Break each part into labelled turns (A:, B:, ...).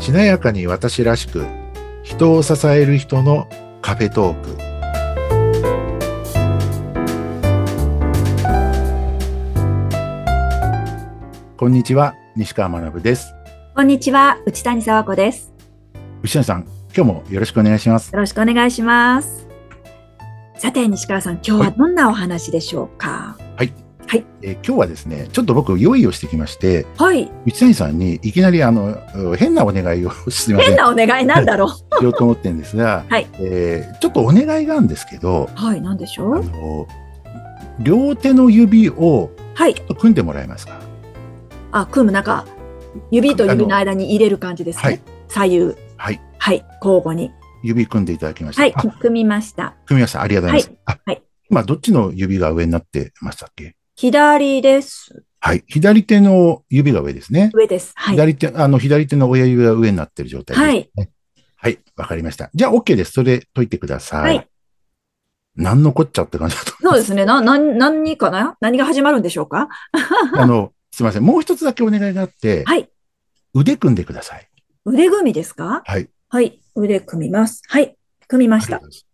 A: 華やかに私らしく人を支える人のカフェトークこんにちは西川学です
B: こんにちは、内谷沢子です。
A: 牛谷さん今日もよろしくお願いします
B: よろしくお願いします。さて、西川さん、今日はどんなお話でしょうか
A: えー今日はですねちょっと僕用意をしてきまして
B: はい、
A: 内谷さんにいきなりあのうん変なお願いをすいませ
B: 変
A: ん
B: なお願いなんだろ う。
A: しようと思ってるんですが、
B: はい
A: えーちょっとお願いがあるんですけど
B: はい、なんでしょ
A: あ
B: う
A: の両手の指を
B: はい、
A: ちょっと組んでもらえますか
B: あ、組む、なんか、指と指の間に入れる感じですね。
A: はい
B: 左右。
A: はい。
B: はい、交互に。
A: 指組んでいただきました。
B: はい、
A: あ
B: 組みました。
A: 組みました。ありがとうございます。
B: はいはい
A: あ今、どっちの指が上になってましたっけ
B: 左です。
A: はい。左手の指が上ですね。
B: 上です。はい。
A: 左手、あの、左手の親指が上になってる状態です。
B: は
A: はい。
B: い。
A: わ、かりました。じゃあ、OK です。それ解いてくださ。
B: はいい。
A: 何のこっちゃって感じだと。
B: そうですね。な、な、何かな何が始まるんでしょうか
A: あの、すいません。もう一つだけお願いがあって、
B: はい。
A: 腕組んでください。
B: 腕組みですか
A: はい。
B: はい。腕組みます。はい。組みました
A: ありがとう。ございます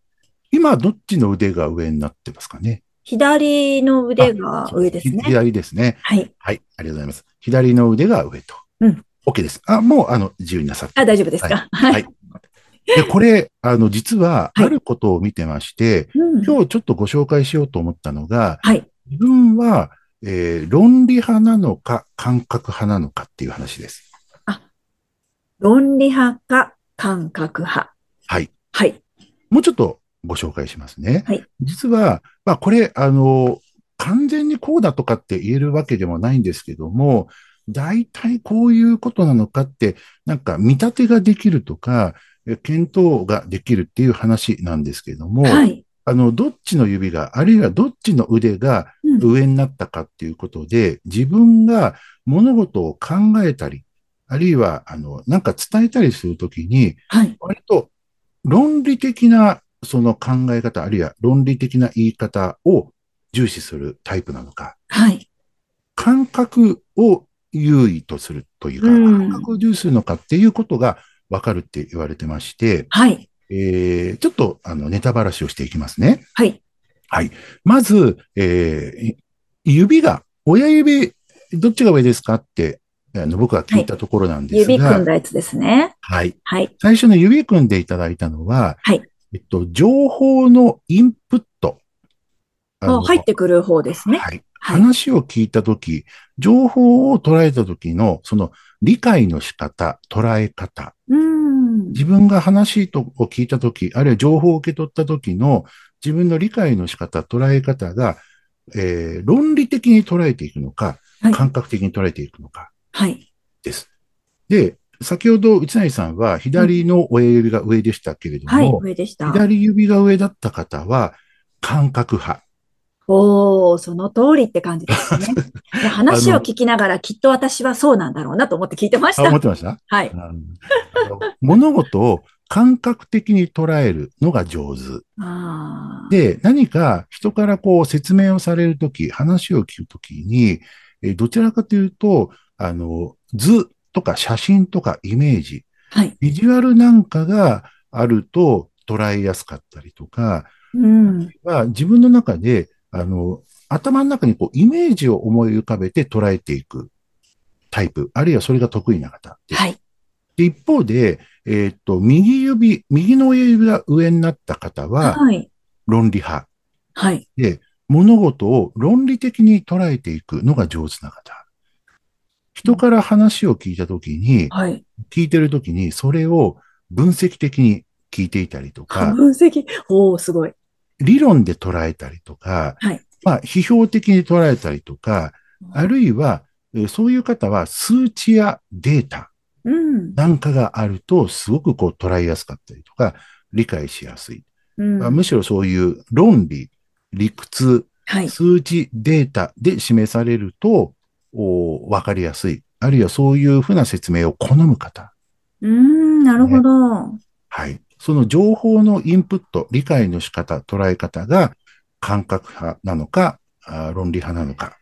A: 今、どっちの腕が上になってますかね
B: 左の腕が上です
A: ひ
B: ね。
A: 左ですね。
B: はい。
A: はい。ありがとうございます。左の腕が上と。
B: うん。
A: OK です。あ、もう、あの、自由になさって。
B: あ、大丈夫ですか。はい。
A: はいで、これ、あの、実は、
B: はい
A: あることを見てまして、
B: うん
A: 今日ちょっとご紹介しようと思ったのが、
B: はい。
A: 自分は、えー論理派なのか、感覚派なのかっていう話です。
B: 論理派か感覚派。
A: はい。
B: はい。
A: もうちょっとご紹介しますね。
B: はい
A: 実は、まあ、これ、あの、完全にこうだとかって言えるわけでもないんですけども、大体こういうことなのかって、なんか見立てができるとか、え検討ができるっていう話なんですけども、
B: はい。
A: あの、どっちの指が、あるいはどっちの腕が
B: うん
A: 上になったかっていうことで、自分が物事を考えたり、あるいは、あの、なんか伝えたりするときに、
B: はい。
A: 割と論理的なその考え方、あるいは論理的な言い方を重視するタイプなのか、
B: はい。
A: 感覚を優位とするというか、
B: うん
A: 感覚を重視するのかっていうことがわかるって言われてまして、
B: はい。
A: えー、ちょっとあのネタばらしをしていきますね。
B: はい。
A: まず、えー指が、親指、どっちが上ですかって、あの僕は聞いたところなんです
B: 指
A: が、
B: 組んだやつですね。
A: はい。
B: はい。
A: 最初の指組んでいただいたのは、
B: はい
A: えっと、情報のインプット。あ
B: あ
A: の
B: 入ってくる方ですね。
A: はい。
B: はい。
A: 話を聞いたとき、情報を捉えたときの、その理解の仕方、捉え方、
B: うーん。
A: 自分が話とを聞いたとき、あるいは情報を受け取ったときの自分の理解の仕方、捉え方が、えー論理的に捉えていくのか、
B: はい
A: 感覚的に捉えていくのか
B: はい。
A: です。で、先ほど内成さんは左の親指が上でしたけれど
B: はい。
A: も、
B: 上でした。
A: 左指が上だった方は感覚 派。
B: おー、その通りって感じです ね。いや話を聞きながら、きっと私はそうなんだろうなと思って聞いてまし。
A: あ、思ったてました
B: はい。
A: うんあの物事を感覚的に捉えるのが上手。
B: あー
A: で、何か人からこう説明をされるとき、話を聞くときに、えーどちらかというと、あの、図とか写真とかイメージ、
B: はい。
A: ビジュアルなんかがあると捉えやすかったりとか、
B: うん。
A: まあ、自分の中で、あの、頭の中にこうイメージを思い浮かべて捉えていくタイプ、あるいはそれが得意な方って
B: はい。
A: で一方で、えーっと、右指、右の親指が上になった方は
B: はい。
A: 論理派。
B: はい。
A: 物事を論理的に捉えていくのが上手な方。人から話を聞いたときに、
B: はい。
A: 聞いてるときに、それを分析的に聞いていたりとか、
B: 分析。おお、すごい。
A: 理論で捉えたりとか、
B: はい
A: まあ、批評的に捉えたりとか、あるいは、えーそういう方は数値やデータ
B: うん。
A: なんかがあると、すごくこう捉えやすかったりとか、理解しやすい。
B: うん
A: まあむしろそういう論理、理屈、
B: はい。
A: 数字、データで示されると、お分かりやすい。あるいはそういうふうな説明を好む方。
B: うーん、なるほど。
A: はい。その情報のインプット、理解の仕方、捉え方が感覚派なのか、あー論理派なのか。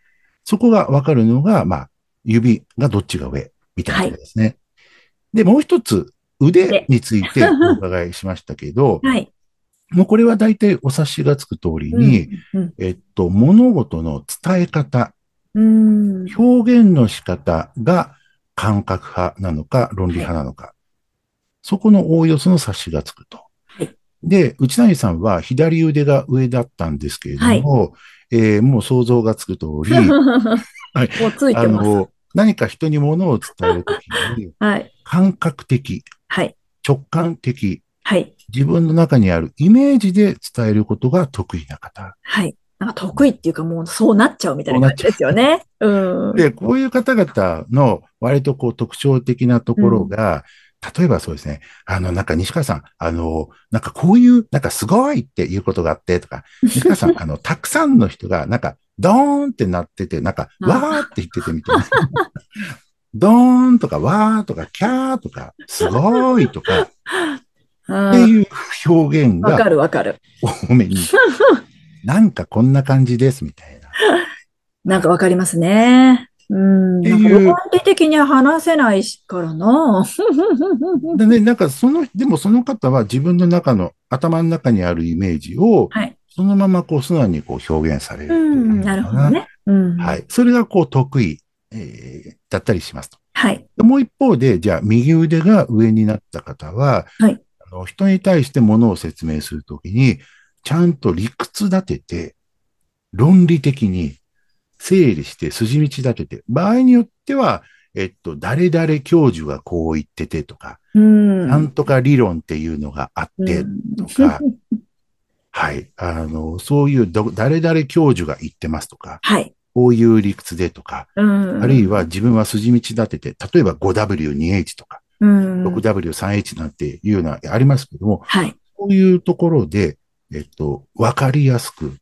A: そこが分かるのが、まあ、指がどっちが上みたいなことですね。で、もう一つ、腕
B: 腕、
A: についてお伺いしましたけど
B: はい。
A: もうこれは大体お察しがつく通りに、
B: うん、
A: えっと、物事の伝え方、
B: うん。うん
A: 表現の仕方が感覚派なのか論理派なのか、そこのおおよその察しがつくと。
B: はい
A: で、内谷さんは左腕が上だったんですけれども、えーもう想像がつく通 り、
B: もうつい
A: あ
B: てます。
A: の、何か人に物を伝えるときに、
B: はい。
A: 感覚的、
B: はい。
A: 直感的、
B: はい。
A: 自分の中にあるイメージで伝えることが得意な方。
B: はい。なんか得意っていうかもうそうなっちゃうみたいな感じですよね。うん。
A: で、こういう方々の割とこう特徴的なところが、例えばそうですね、あの、なんか西川さん、あの、なんかこういう、なんかすごいっていうことがあってと か、西川さん、あの、たくさんの人がなんかドーンってなってて、なんか
B: あ
A: わーって言っててみたい な。ドーンとかわーとかキャーとか、すごいとかっ
B: うん
A: ていう表現
B: わ
A: が
B: かるわかる。
A: 多 めに、なんかこんな感じですみたいな。
B: なんかわかりますね。うん。
A: って
B: なん
A: い
B: か
A: う
B: 論理的には話せないからな。
A: でね、なんかその、でもその方は自分の中の、頭の中にあるイメージを、
B: はい
A: そのままこう素直にこう表現されるって
B: う。
A: いうんのか
B: なるほど。ね。うん。
A: は
B: はい。
A: い。それがこう得意、えーだったりしますと。
B: はい。
A: でもう一方で、じゃあ右腕が上になった方は、
B: はい
A: あの人に対してものを説明するときに、ちゃんと理屈立てて、論理的に整理して筋道立てて、場合によっては、えっと、誰々教授がこう言っててとか、
B: うん。
A: なんとか理論っていうのがあって、とか、はい。あの、そういうど、誰々教授が言ってますとか、
B: はい。
A: こういう理屈でとか、
B: うん。
A: あるいは自分は筋道立てて、例えば 5W2H とか、
B: うん。
A: 6W3H なんていうような、ありますけども、
B: はい。
A: こういうところで、えっと、わかりやすく、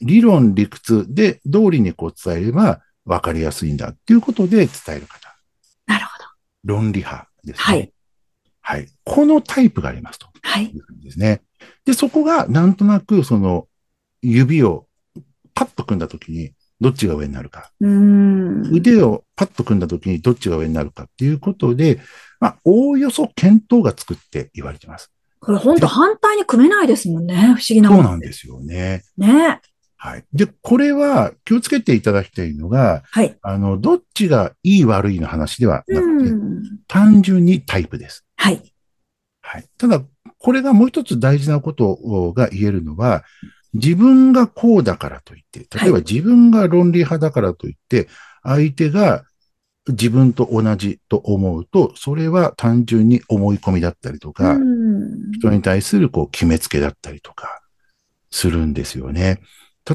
A: 理論、理屈で通りにこう伝えればわかりやすいんだっていうことで伝える方。
B: なるほど。
A: 論理派ですね。
B: はい。
A: はい。このタイプがありますと。
B: はい。
A: いう感じですね。で、そこがなんとなく、その、指をパッと組んだときに、どっちが上になるか。
B: うん。
A: 腕をパッと組んだときに、どっちが上になるかっていうことで、まあ、おおよそ見当がつくって言われてます。
B: これ本当反対に組めないですもんね。不思議な
A: そ
B: も
A: うんなんですよね。
B: ね。
A: はい。で、これは気をつけていただきたいのが、
B: はい。
A: あの、どっちがいい悪いの話ではなくて、
B: うん。
A: 単純にタイプです。
B: はい。
A: はい。ただ、これがもう一つ大事なことが言えるのは、自分がこうだからといって、例えば
B: はい
A: 自分が論理派だからといって、相手が自分と同じと思うと、それは単純に思い込みだったりとか、
B: うん。
A: 人に対するこう決めつけだったりとかするんですよね。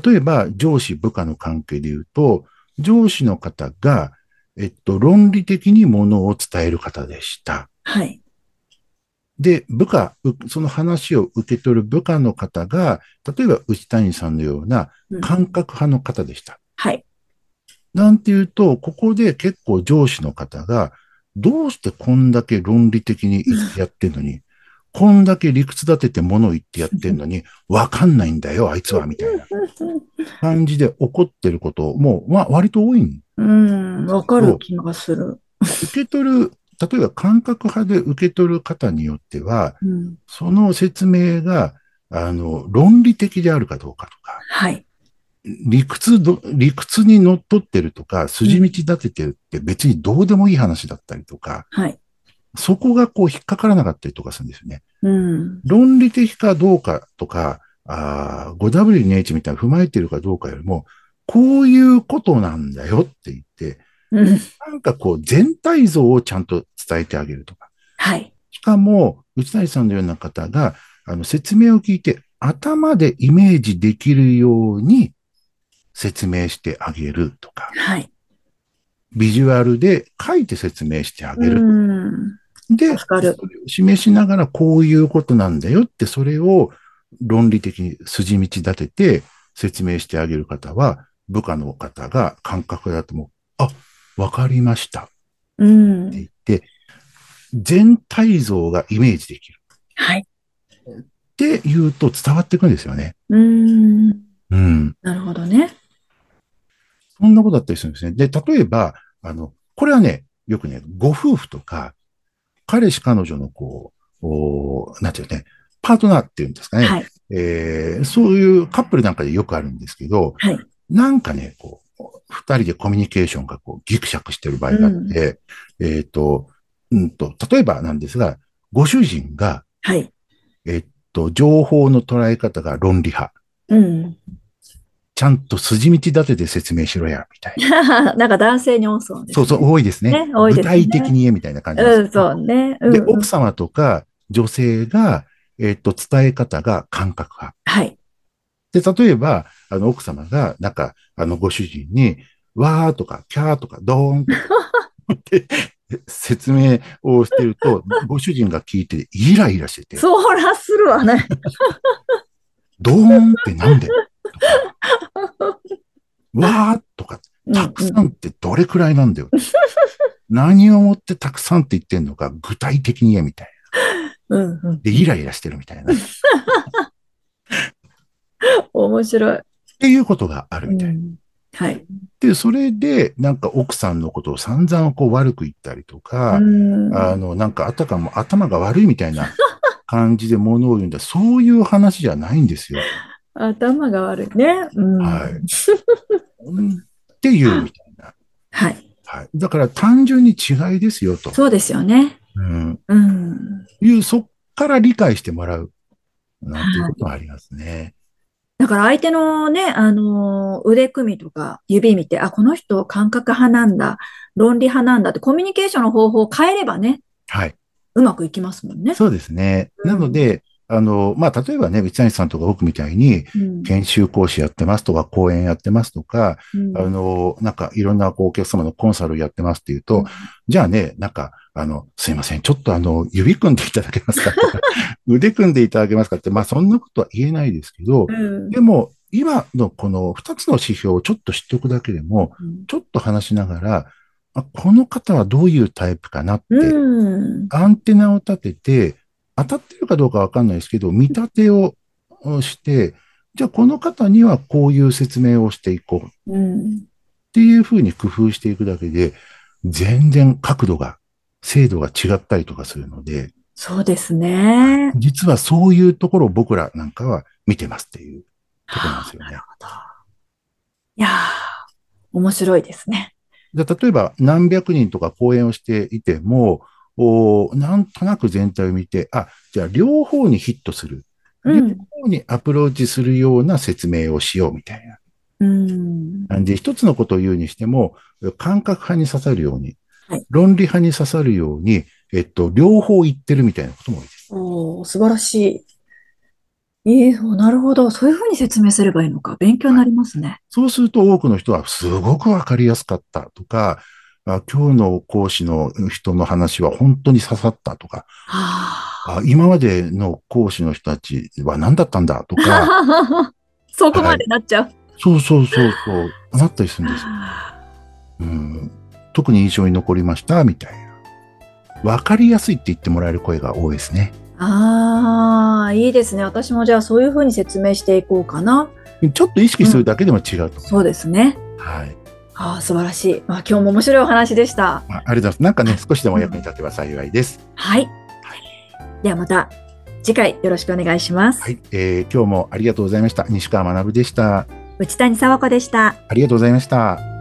A: 例えば上司部下の関係で言うと、上司の方が、えっと、論理的にものを伝える方でした。
B: はい。
A: で、部下、うその話を受け取る部下の方が、例えば内谷さんのような
B: うん
A: 感覚派の方でした。
B: はい。
A: なんていうと、ここで結構上司の方が、どうしてこんだけ論理的に言ってやってんのに、こんだけ理屈立てて物を言ってやってんのに、わかんないんだよ、あいつは、みたいな感じで怒ってることも、まあ、割と多いん
B: うん。わかる気がする。
A: 受け取る、例えば感覚派で受け取る方によっては、
B: うん。
A: その説明が、あの、論理的であるかどうかとか、
B: はい。
A: 理屈ど、理屈にのっとってるとか、筋道立ててるって別にどうでもいい話だったりとか、
B: はい。
A: そこがこう引っかからなかったりとかするんですよね。
B: うん。
A: 論理的かどうかとか、あー 5W2H みたいなの踏まえてるかどうかよりも、こういうことなんだよって言って、
B: うん。
A: なんかこう全体像をちゃんと伝えてあげるとか。
B: はい。
A: しかも、内谷さんのような方が、あの、説明を聞いて、頭でイメージできるように説明してあげるとか、
B: はい。
A: ビジュアルで書いて説明してあげる。
B: うん。
A: で、
B: わかる
A: それを示しながらこういうことなんだよって、それを論理的に筋道立てて説明してあげる方は、部下の方が感覚だともう、あ、わかりましたっ
B: う
A: て言
B: ん。
A: って、全体像がイメージできる。
B: はい。
A: って言うと伝わっていくんですよね。
B: うん。
A: うん。
B: なるほどね。
A: そんなことだったりするんですね。で、例えば、あの、これはね、よくね、ご夫婦とか、彼氏彼女のこう、おなんていうね、パートナーっていうんですかね。
B: はい。
A: えーそういうカップルなんかでよくあるんですけど、
B: はい
A: なんかね、こう、二人でコミュニケーションがこうギクシャクしてる場合があって、えっ、と、うんと、例えばなんですが、ご主人が、
B: はい。
A: えっと、情報の捉え方が論理派。
B: うん。
A: ちゃんと筋道立てて説明しろや、みたいな。
B: なんか男性に多そうです
A: そうそう、多いですね。
B: ね多いですね
A: 具体的に言え、みたいな感じなん
B: う
A: で
B: ん、
A: すよ
B: そうね。うん
A: で、
B: うん
A: 奥様とか女性が、えっと、伝え方が感覚派。
B: はい。
A: で、例えば、あの、奥様が、なんか、あの、ご主人に、わーとか、キャーとか、ドーンとかって説明をしてる と、ご主人が聞いて、イライラしてて、
B: そらするわね。
A: ドーンってなんで とかわーとか、 たくさんってどれくらいなんだよ。何をもってたくさんって言ってんのか、具体的に言えみたいな。
B: うんうんうん。
A: で、イライラしてるみたいな。っ
B: 面白い。
A: ていうことがあるみたいな。
B: うんはい。
A: で、それで、なんか奥さんのことを散々こう悪く言ったりとか、
B: うん
A: あの、なんかあたかも頭が悪いみたいな 感じで物を言うんだ。そういう話じゃないんですよ。
B: 頭が悪いね。うん
A: はいっていうみたいな。
B: はい。
A: はい。だから単純に違いですよと。
B: そうですよね。
A: うん。
B: うん。
A: いう、そっから理解してもらう。なんていうことはありますね。
B: だから相手のね、あのー腕組みとか指見て、あ、この人感覚派なんだ、論理派なんだって、コミュニケーションの方法を変えればね、
A: はい。
B: うまくいきますもんね。
A: そうですね。なので、あの、まあ、例えばね、三谷さんとか僕みたいに、
B: うん
A: 研修講師やってますとか、講演やってますとか、
B: うん
A: あの、なんかいろんなこうお客様のコンサルやってますっていうと、じゃあね、なんか、あの、すいません、ちょっとあの、指組んでいただけますか とか、腕組んでいただけますかって、まあそんなことは言えないですけど
B: う、ん
A: でも、今のこの2つの指標をちょっと知っておくだけでも、ちょっと話しながら、あこの方はどういうタイプかなって、
B: うん。
A: アンテナを立てて、当たってるかどうかわかんないですけど、見立てをうんして、じゃあこの方にはこういう説明をしていこう。
B: うん。
A: っていうふうに工夫していくだけで、全然角度が、精度が違ったりとかするので、
B: そうですね。
A: 実はそういうところを僕らなんかは見てますっていうところなんですよね。
B: いやー、面白いですね。
A: で例えば何百人とか講演をしていても、おなんとなく全体を見て、あ、じゃあ両方にヒットする。
B: うん。
A: 両方にアプローチするような説明をしようみたいな。
B: うん。
A: なんで、一つのことを言うにしても、感覚派に刺さるように、
B: はい
A: 論理派に刺さるように、えっと、両方言ってるみたいなことも多いです。
B: おー、素晴らしい。ええなるほど。そういうふうに説明すればいいのか。勉強になりますね。
A: そうすると多くの人は、すごくわかりやすかったとか、あ今日の講師の人の話は本当に刺さったとか、
B: は
A: あ今までの講師の人たちは何だったんだと か、
B: あ。そこまでなっちゃう。
A: そうそうそうそう、なったりするんです。うん、特に印象に残りました、みたいな。わかりやすいって言ってもらえる声が多いですね。
B: ああ、いいですね。私もじゃあそういうふうに説明していこうかな。
A: ちょっと意識するだけでも違うと思います
B: そうですね。
A: はい。
B: ああ、素晴らしい。まあ、今日も面白いお話でした。
A: まあ、ありがとうございます。なんか ね、少しでもお役に立てば幸いです。
B: はい。ではまた次回よろしくお願いします。
A: はい。えー今日もありがとうございました。西川学でした。
B: 内谷紗和子でした。
A: ありがとうございました。